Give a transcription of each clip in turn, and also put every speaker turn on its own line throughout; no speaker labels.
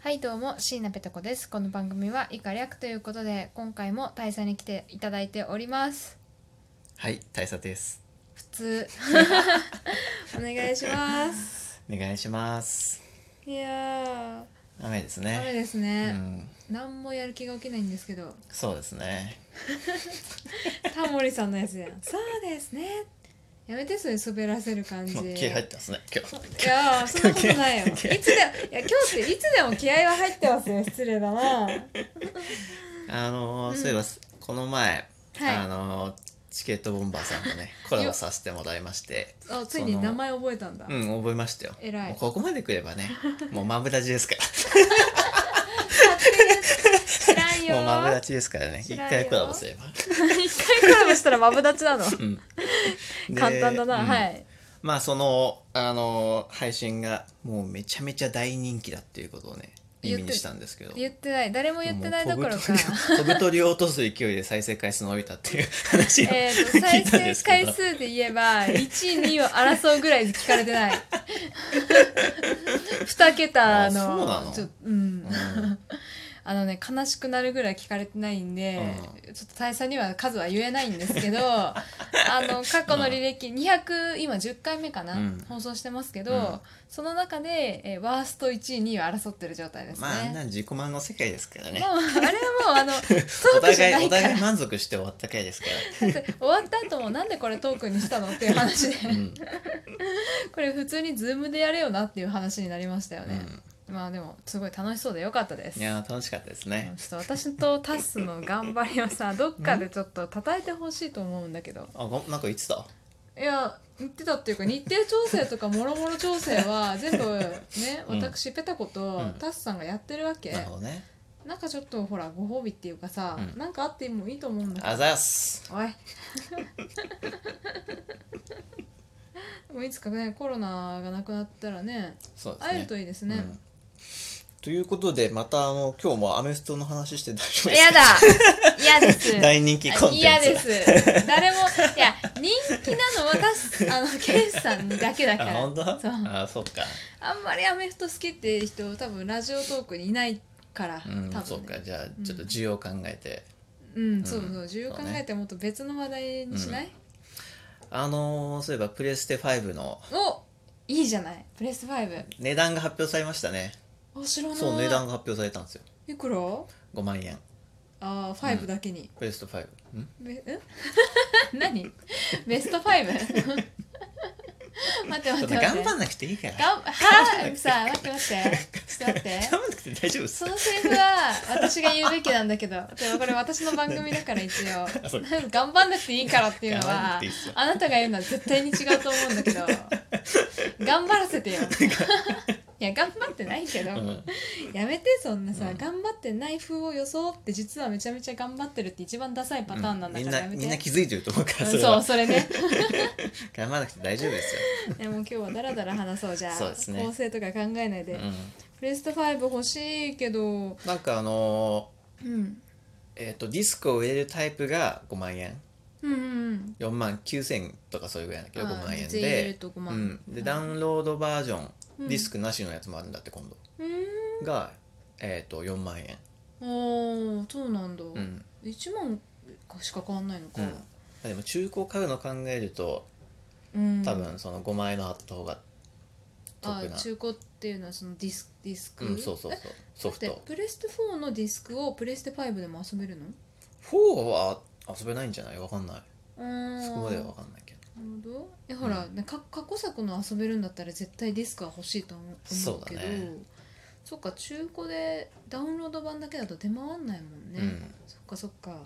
はいどうも椎名ペタ子ですこの番組は以下略ということで今回も大佐に来ていただいております
はい、大佐です。
普 通お願いします
お願いします。
いや
雨です
ー雨
ね。
です
う
ね、
ん、
なんもやる気が起きないんですけど
そうですね。
タモリさんのやつや んそうですねやめてそれ滑らせる感じ
もう気合入ってますね。今
い
日。
やーそんなことないよい
気
つ
合
でもいや今日っていつでも気合は入ってますよ失礼だなはい
あのーそういえば、この前、あのーチケットボンバーさんと ね、コラボさせてもらいまして。
あついに名前覚えたんだ、
うん、覚えましたよ。
偉い
もうここまで来れば ね、もうマブダチですか
知らん
ら。もうマブダ
よ
チですからね。
知
一
らんよ
回コラボすれば。
一回コラボしたらマブダチなの
うん。 で
簡単だな、
うん
は。い
まあそのあの配信がもうめちゃめちゃ大人気だっていうことをね
言って
耳にしたんですけど
言ってない誰も言ってないどころか
もう飛ぶ鳥を飛ぶ鳥を落とす勢いで再生回数伸びたっていう話を
えー
聞
と
い
再
たん
生
ですけ
回
ど、
数で言えば1位2位を争うぐらい聞かれてない 二桁の
あそうなの
ちょうん
うん
あのね悲しくなるぐらい聞かれてないんで、ちょっと大佐には数は言えないんです けどあの過去の履歴200今10回目かな、
うん
放送してますけど、
うん
その中で、えーワースト1位2位を争ってる状態ですね。
まああんな自己満の世界ですからね
もうあれはもうあ のト
お
ークじゃな
互い
い
お
から
互い満足して終わった回ですか
だって終わった後もなんでこれトークにしたのっていう話で
ら、うん
これ普通にズームでやれよなって いう話になりましたよね、まあでもすごい楽しそうでよかったで
うん、
す
いやー楽しかったですね、
ちょっと私とタッスの頑張りをさどっかでちょっと叩いてほしいと思うんだけど
あごなんか言ってた
いや言ってたっていうか日程調整とかもろもろ調整は全部ね
うん
私ペタコと
うん
タッスさんがやってるわけ、
なるほどね
なんかちょっとほらご褒美っていうかさ、
うん
なんかあってもいいと思うんだけど
あざっす
おい もういつかねコロナがなくなったらね
そうですね
会えるといいですね
うんということでまたあの今日もアメフトの話して大丈夫です
嫌
か
だ嫌です
大人気コンテンツ
嫌です誰もいや人気なのは私あのケンさんだけだか
あ
ら
本当
そう
あそっか
あんまりアメフト好きって人多分ラジオトークにいないから、
うん、
多
そっ
分、
か
ね、
じゃあちょっと需要考えて、
うんそう
うん
そう重要考
そうね
えてもっと別の話題にしない、
あのーそういえばプレステ5の
おいいじゃないプレス5
値段が発表されましたね
あ知らない
そう値段が発表されたんですよ
いくら
5万円
ああ5だけに、
プレステ5ん
べ ん何ベスト 5? 待って待
ちょ
っ
ってと
待って
頑張んなくていいから
がんはさあ待って待ってちょっと待って
頑張んなくて大丈夫っす
そのセリフは私が言うべきなんだけどでもこれ私の番組だから一応
あそう
頑張んなくていいからっていうの
頑張んな
は
くていいっすよ
あなたが言うのは絶対に違うと思うんだけど頑張らせ てよいや頑張ってないけど、
うん
やめてそんなさ、
うん
頑張ってない風を装って実はめちゃめちゃ頑張ってるって一番ダサいパターンなんだ
み
か
ん
ら
な
やめて、
みんな気づいてると思う
うん
からそれ
そう
は
それ ね
頑張らなくて大丈夫ですよ、
いやもう今日はダラダラ話そうじゃあ
そうですね
構成とか考え ないで、
う
プレスト5欲しいけど
ん、なんかあの
うん
ーえっ、とディスクを入れるタイプが5万円
うんうん
4万9000とかそういうぐらいだけど5万円
全員入れる
で
と5
う
万、
ん、でダウンロードバージョン、ディスクなしのやつもあるんだって今度
うん
が、えー、と4万円、
おーそうなんだ、
うん
1万しか変わんないのか
うん、でも中古買うの考えると
うん
多分その5万円のあった方が得
あ
な、
中古っていうのはそのディスディスク、
うん、そうそうそうソフ
だって
ト
プレステ4のディスクをプレステ5でも遊べるの
4は遊べないんじゃないわかんないそこまではわかんないけど
なるほどえほら、
う
ねか過去作の遊べるんだったら絶対ディスクは欲しいと思う
そ
思
う
う
だ
けど
ね
そっか中古でダウンロード版だけだと出回んないもんね、
うん
そっかそっか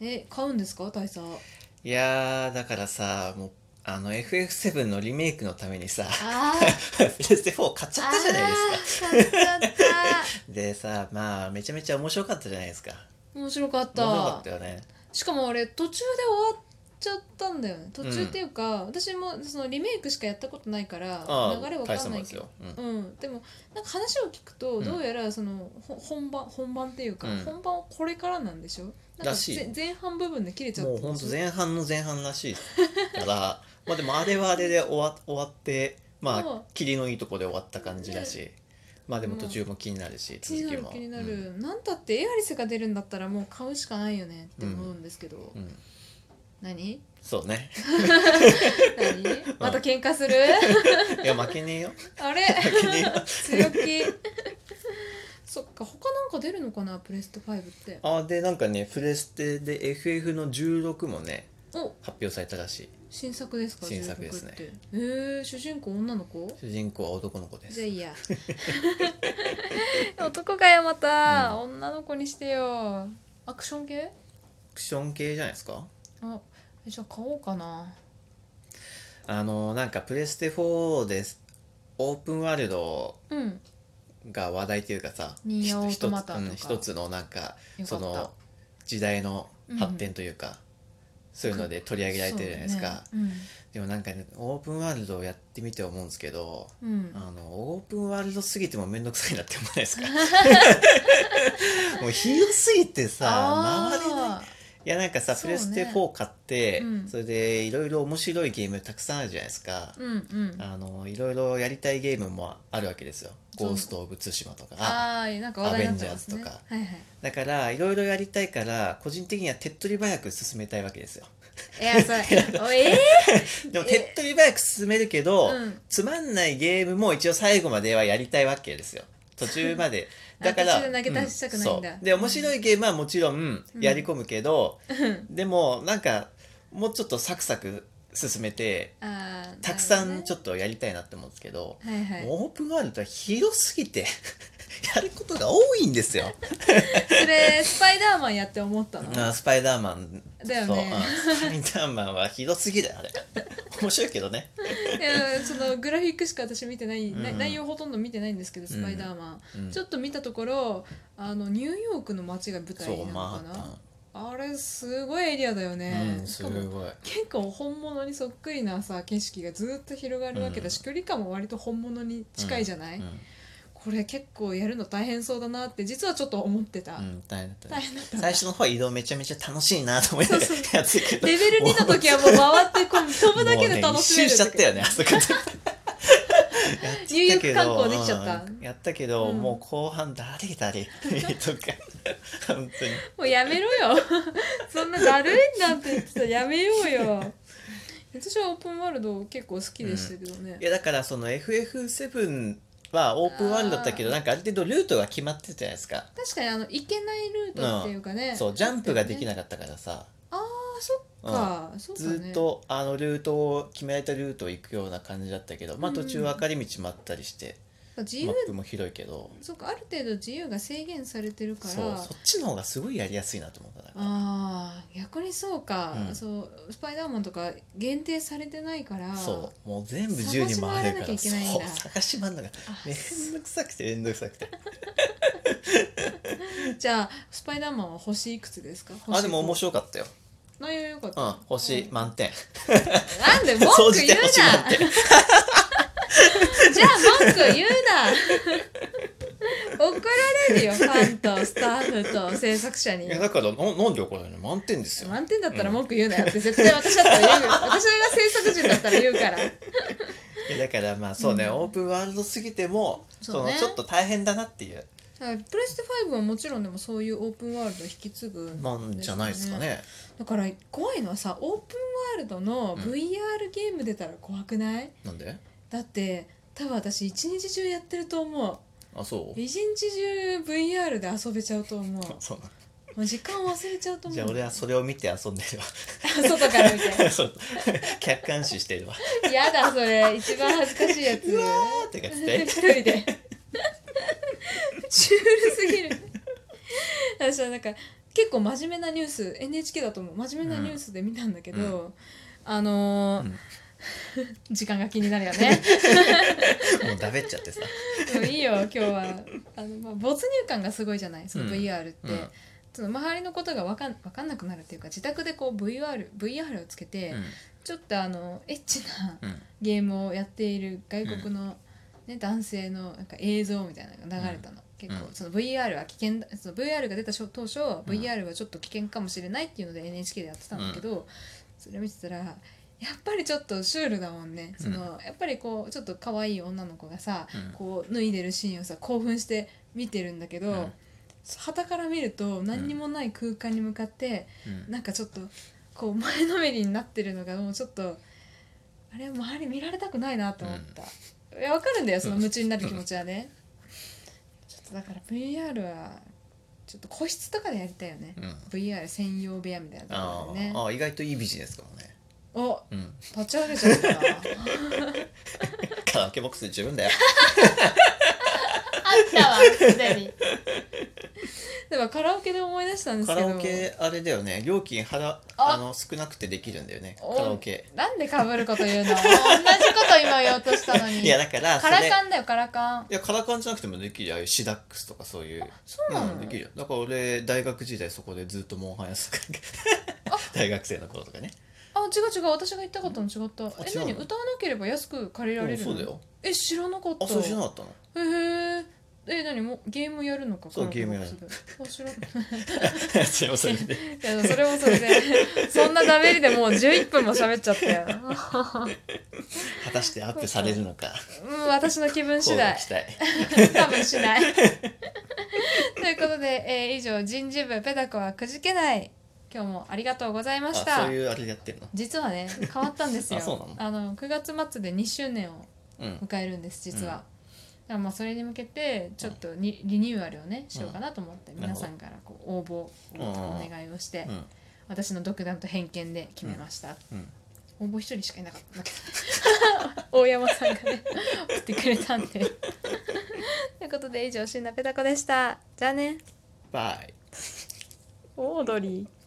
え買うんですか大佐
いやーだからさもうあの FF7 のリメイクのためにさ
あ
プレステ4買っちゃったじゃないです
す
か
か買っちゃった
でさまあめちゃめちゃ面白かったじゃないですか
面白かった
面白かったよね
しかも俺途中で終わっちゃったんだよね途中っていうか、私もそのリメイクしかやったことないから
ああ
流れわ
大
か
した
ん
も
なんい
です
けど
よ、うん
うん、でもなんか話を聞くと
うん
どうやらその、ほ本番本番っていうか、
うん
本番はこれからなんでしょなんから
しい
ぜ前半部分で切れちゃった
もうほんと前半の前半らしいから まあでもあれはあれで終わ終わってま
そう
あ霧のいいとこで終わった感じだしまあでも途中も気になるし、
気に
続
な
き
る
も
気にな
う
る
ん、
なんだってエアリスが出るんだったらもう買うしかないよねって思うんですけど、
うん
何
そうね
何また喧嘩す る
いや負けねえよ
あれ
負けねえ よ
強気そっか他なんか出るのかなプレステ5って
あでなんかねプレステで FF の16もね
お
発表されたらしい
新作ですか
新作ですね
16ってえー、主人公女の子
主人公は男の子です
じゃあいい や男かよまた、
う
女の子にしてよアクション系
アクション系じゃないですか
あじゃあ買おうかな
あのなんかプレステ4ですオープンワールド
うん
が話題というかさ
ニーヤオー
ひと
ト
一
マ
つ
タとか
うん一つのなんか
よか
そ
った
の時代の発展というか、そういうので取り上げられてるじゃないですか、
そうね
でもなんかねオープンワールドをやってみて思うんですけど
うん、うん
あのオープンワールドすぎても面倒くさいなって思わないですか もう広すぎてさ回れない
あ
いやなんかさ、
そ
プ
うね
レステ4買って、
うん
それでいろいろ面白いゲームたくさんあるじゃないですか、
ーうんうん
あのいろいろやりたいゲームもあるわけですよ「
そう
ゴースト・オブ・ツシマ」とかあ
あーなんか話題になってますね
アベンジャーズと
はいはい
だからいろいろやりたいから個人的には手っ取り早く進めたいわけですよ
いやそれおえー
でも
え
手っ取り早く進めるけど、
うん
つまんないゲームも一応最後まではやりたいわけですよ途中まで
あ
だから
途中で投げ出したくないんだ
うそうで面白いゲームはもちろんやり込むけど、
うん
でもなんかもうちょっとサクサク進めて
あー
たくさ
なる
ん
ほ
ちょっとやりたいなって思うんですけど、
どねはいはい
オープンワールドは広すぎて やることが多いんです よ。
それスパイダーマンやって思ったの
あスパイダーマン
だよね
そううんスパイダーマンは広すぎだよあれ面白いけどね
いやそのグラフィックしか私見てない、な
うん
内容ほとんど見てないんですけど「スパイダーマン」
うん
ちょっと見たところあのニューヨークの街が舞
そ
台
う
な
マ
のか
ン
な、
ハ
あれすごいエリアだよ
タン
ね、
うん
し
す
か
ごい
も結構本物にそっくりなさ景色がずっと広がるわけだし、距離感も割と本物に近いじゃない、
うん
これ結構やるの大変そうだなって実はちょっと思ってた、
うん大変だった
大
ね
変だった
最初の方は移動めちゃめちゃ楽しいなと思いながら
そうそ
やってるけど
レベル2の時はもう回って こう飛ぶだけで楽しめ
もうね、一周
る
し
ん
ちゃ
だ
っ
け
た
ど
よねあそこでやっちゃ
ニュ
ったけど
ーヨーク観光できちゃった
うんやったけど、
うん
もう後半だりだりとか 本当に
もうやめろよそんなだるいんだって言ってたらやめようよ 私はオープンワールド結構好きでしたけどね
い、やだからその FF7 はオープンワールドだったけどなんかある程度ルートが決まってたじゃないですか
確かにあの行けないルートっていうかね、
そうジャンプができ
い
なかったからさ
あーそっか、そうだね
ずっとあのルートを決められたルートを行くような感じだったけどまあ
うん
途中分かれ道もあったりして
自由
マップも広いけど
そうかある程度自由が制限されてるか
そ
ら
うそっちの方がすごいやりやすいなと思っただから
あー逆にそうか、
うん
そうスパイダーマンとか限定されてないから
そうもう全部自由に回れ
探し回らな
るから
きゃいけないんだ
そう探し回るのが
あ
めんどくさくてめんどくさくて
じゃあスパイダーマンは星いくつですか
あでも面
白
白かったよ
内容良かっ
う
た、
ん星
うん
満点
なんで文
総
句
じ
言う
て星満
な
点
じゃあ文句言うな 怒られるよファンとスタッフと制作者に
いやだからななんで怒られるの満点ですよ
満点だったら文句言うなよって絶対私だったら言う よ私が制作人だったら言うから
いやだからまあそうね、
うん
オープンワールドすぎてもそ,、
そうね
のちょっと大変だなっていう
だからプレステ5はもちろんでもそういうオープンワールドを引き継ぐ
なんじゃないですかね
だから怖いのはさオープンワールドの VR ゲーム出たら怖くない、
なんで
だって多分私一日中やってると思
あそう
う一日中 VR で遊べちゃうと 思う
あそうな
もう時間を忘れちゃうと思う
のじゃあ俺はそれを見て遊んでる
外から見て
わそう客観視してるわ
やだそれ一番恥ずかしいやつ
うわーとか言って
一人でシュールすぎる私はなんか結構真面目なニュース NHK だと思う真面目なニュースで見たんだけど、
う
あのー 時間が気になるよ ね
もうだべっちゃってさ
でもいいよ今日はあの、まあ、没入感がすごいじゃないその
うん
VR って、
うん
その周りのことが分かん分かんなくなるっていうか自宅でこう VR, VR をつけて、
う
ちょっとあのエッチなん
うん
ゲームをやっている外国の、ね男性のなんか映像みたいなのが流れたの、結構
うん
その VR は危険だその VR が出た初当初、
ん
VR はちょっと危険かもしれないっていうので NHK でやってたんだけど、それ見てたらやっぱりちょっとシュールだもんねその、やっぱりこうちょっと可愛い女の子がさ、
うん
こう脱いでるシーンをさ興奮して見てるんだけど、
うん
旗から見ると何にもない空間に向かって、
うん
なんかちょっとこう前のめりになってるのがもうちょっとあれ周り見られたくないなと思った、いやわかるんだよその夢中になる気持ちはねちょっとだから VR はちょっと個室とかでやりたいよね、
うん
VR 専用部屋みたいなと
あ
こ
ー、
ろでね
あー意外といいビジネスかもね
お
うん
立ち上げちゃったな
カラオケボックス自分だよ
あったわすでにでもカラオケで思い出したんです
カ
けど
ラオケあれだよね料金払
あ
あの少なくてできるんだよね
お
カラオケ
なんでかぶること言うの同じこと今言おうとしたのに
いやだからそ
カ
れ
ラカンだよカラカン
いやカラカンじゃなくてもできるよああいうシダックスとかそういう
そうなの、
うん、できるよだから俺大学時代そこでずっとモンハンやってたから
あ
大学生の頃とかね
あ違う違う私が言ったことの違ったえ
違うの
何歌わなければ安く借りられる
うん
の
そうだよ
え知らなかった
あそう知らなかったの
へええ何もうゲームやるのか
そ
カ
う
ラオケボックス
ゲ
であ知ら ん
すいませんね
いやそれもそれで そんなダメりでもう11分も喋っちゃったよ
果たしてアップされるのか
うん私の気分次第
期待
多分しない ということで、えー以上人事部ペダコはくじけない今日もありがとうございまし
あ
た
そういうあれやってるの
実はね変わったんですよ
あそうなの
の9月末で2周年を
うん
迎えるんです実
うん
は、だからまあそれに向けてちょっとに、リニューアルをねしようかなと思って、
ん
皆さんからこう応募をお願いをして、
うん
私の独断と偏見で決めました、
うん
応募一人しかいなかったんだけ ど大山さんがね送ってくれたんでということで以上「しんなペタコ」でしたじゃあね
バイ
オードリー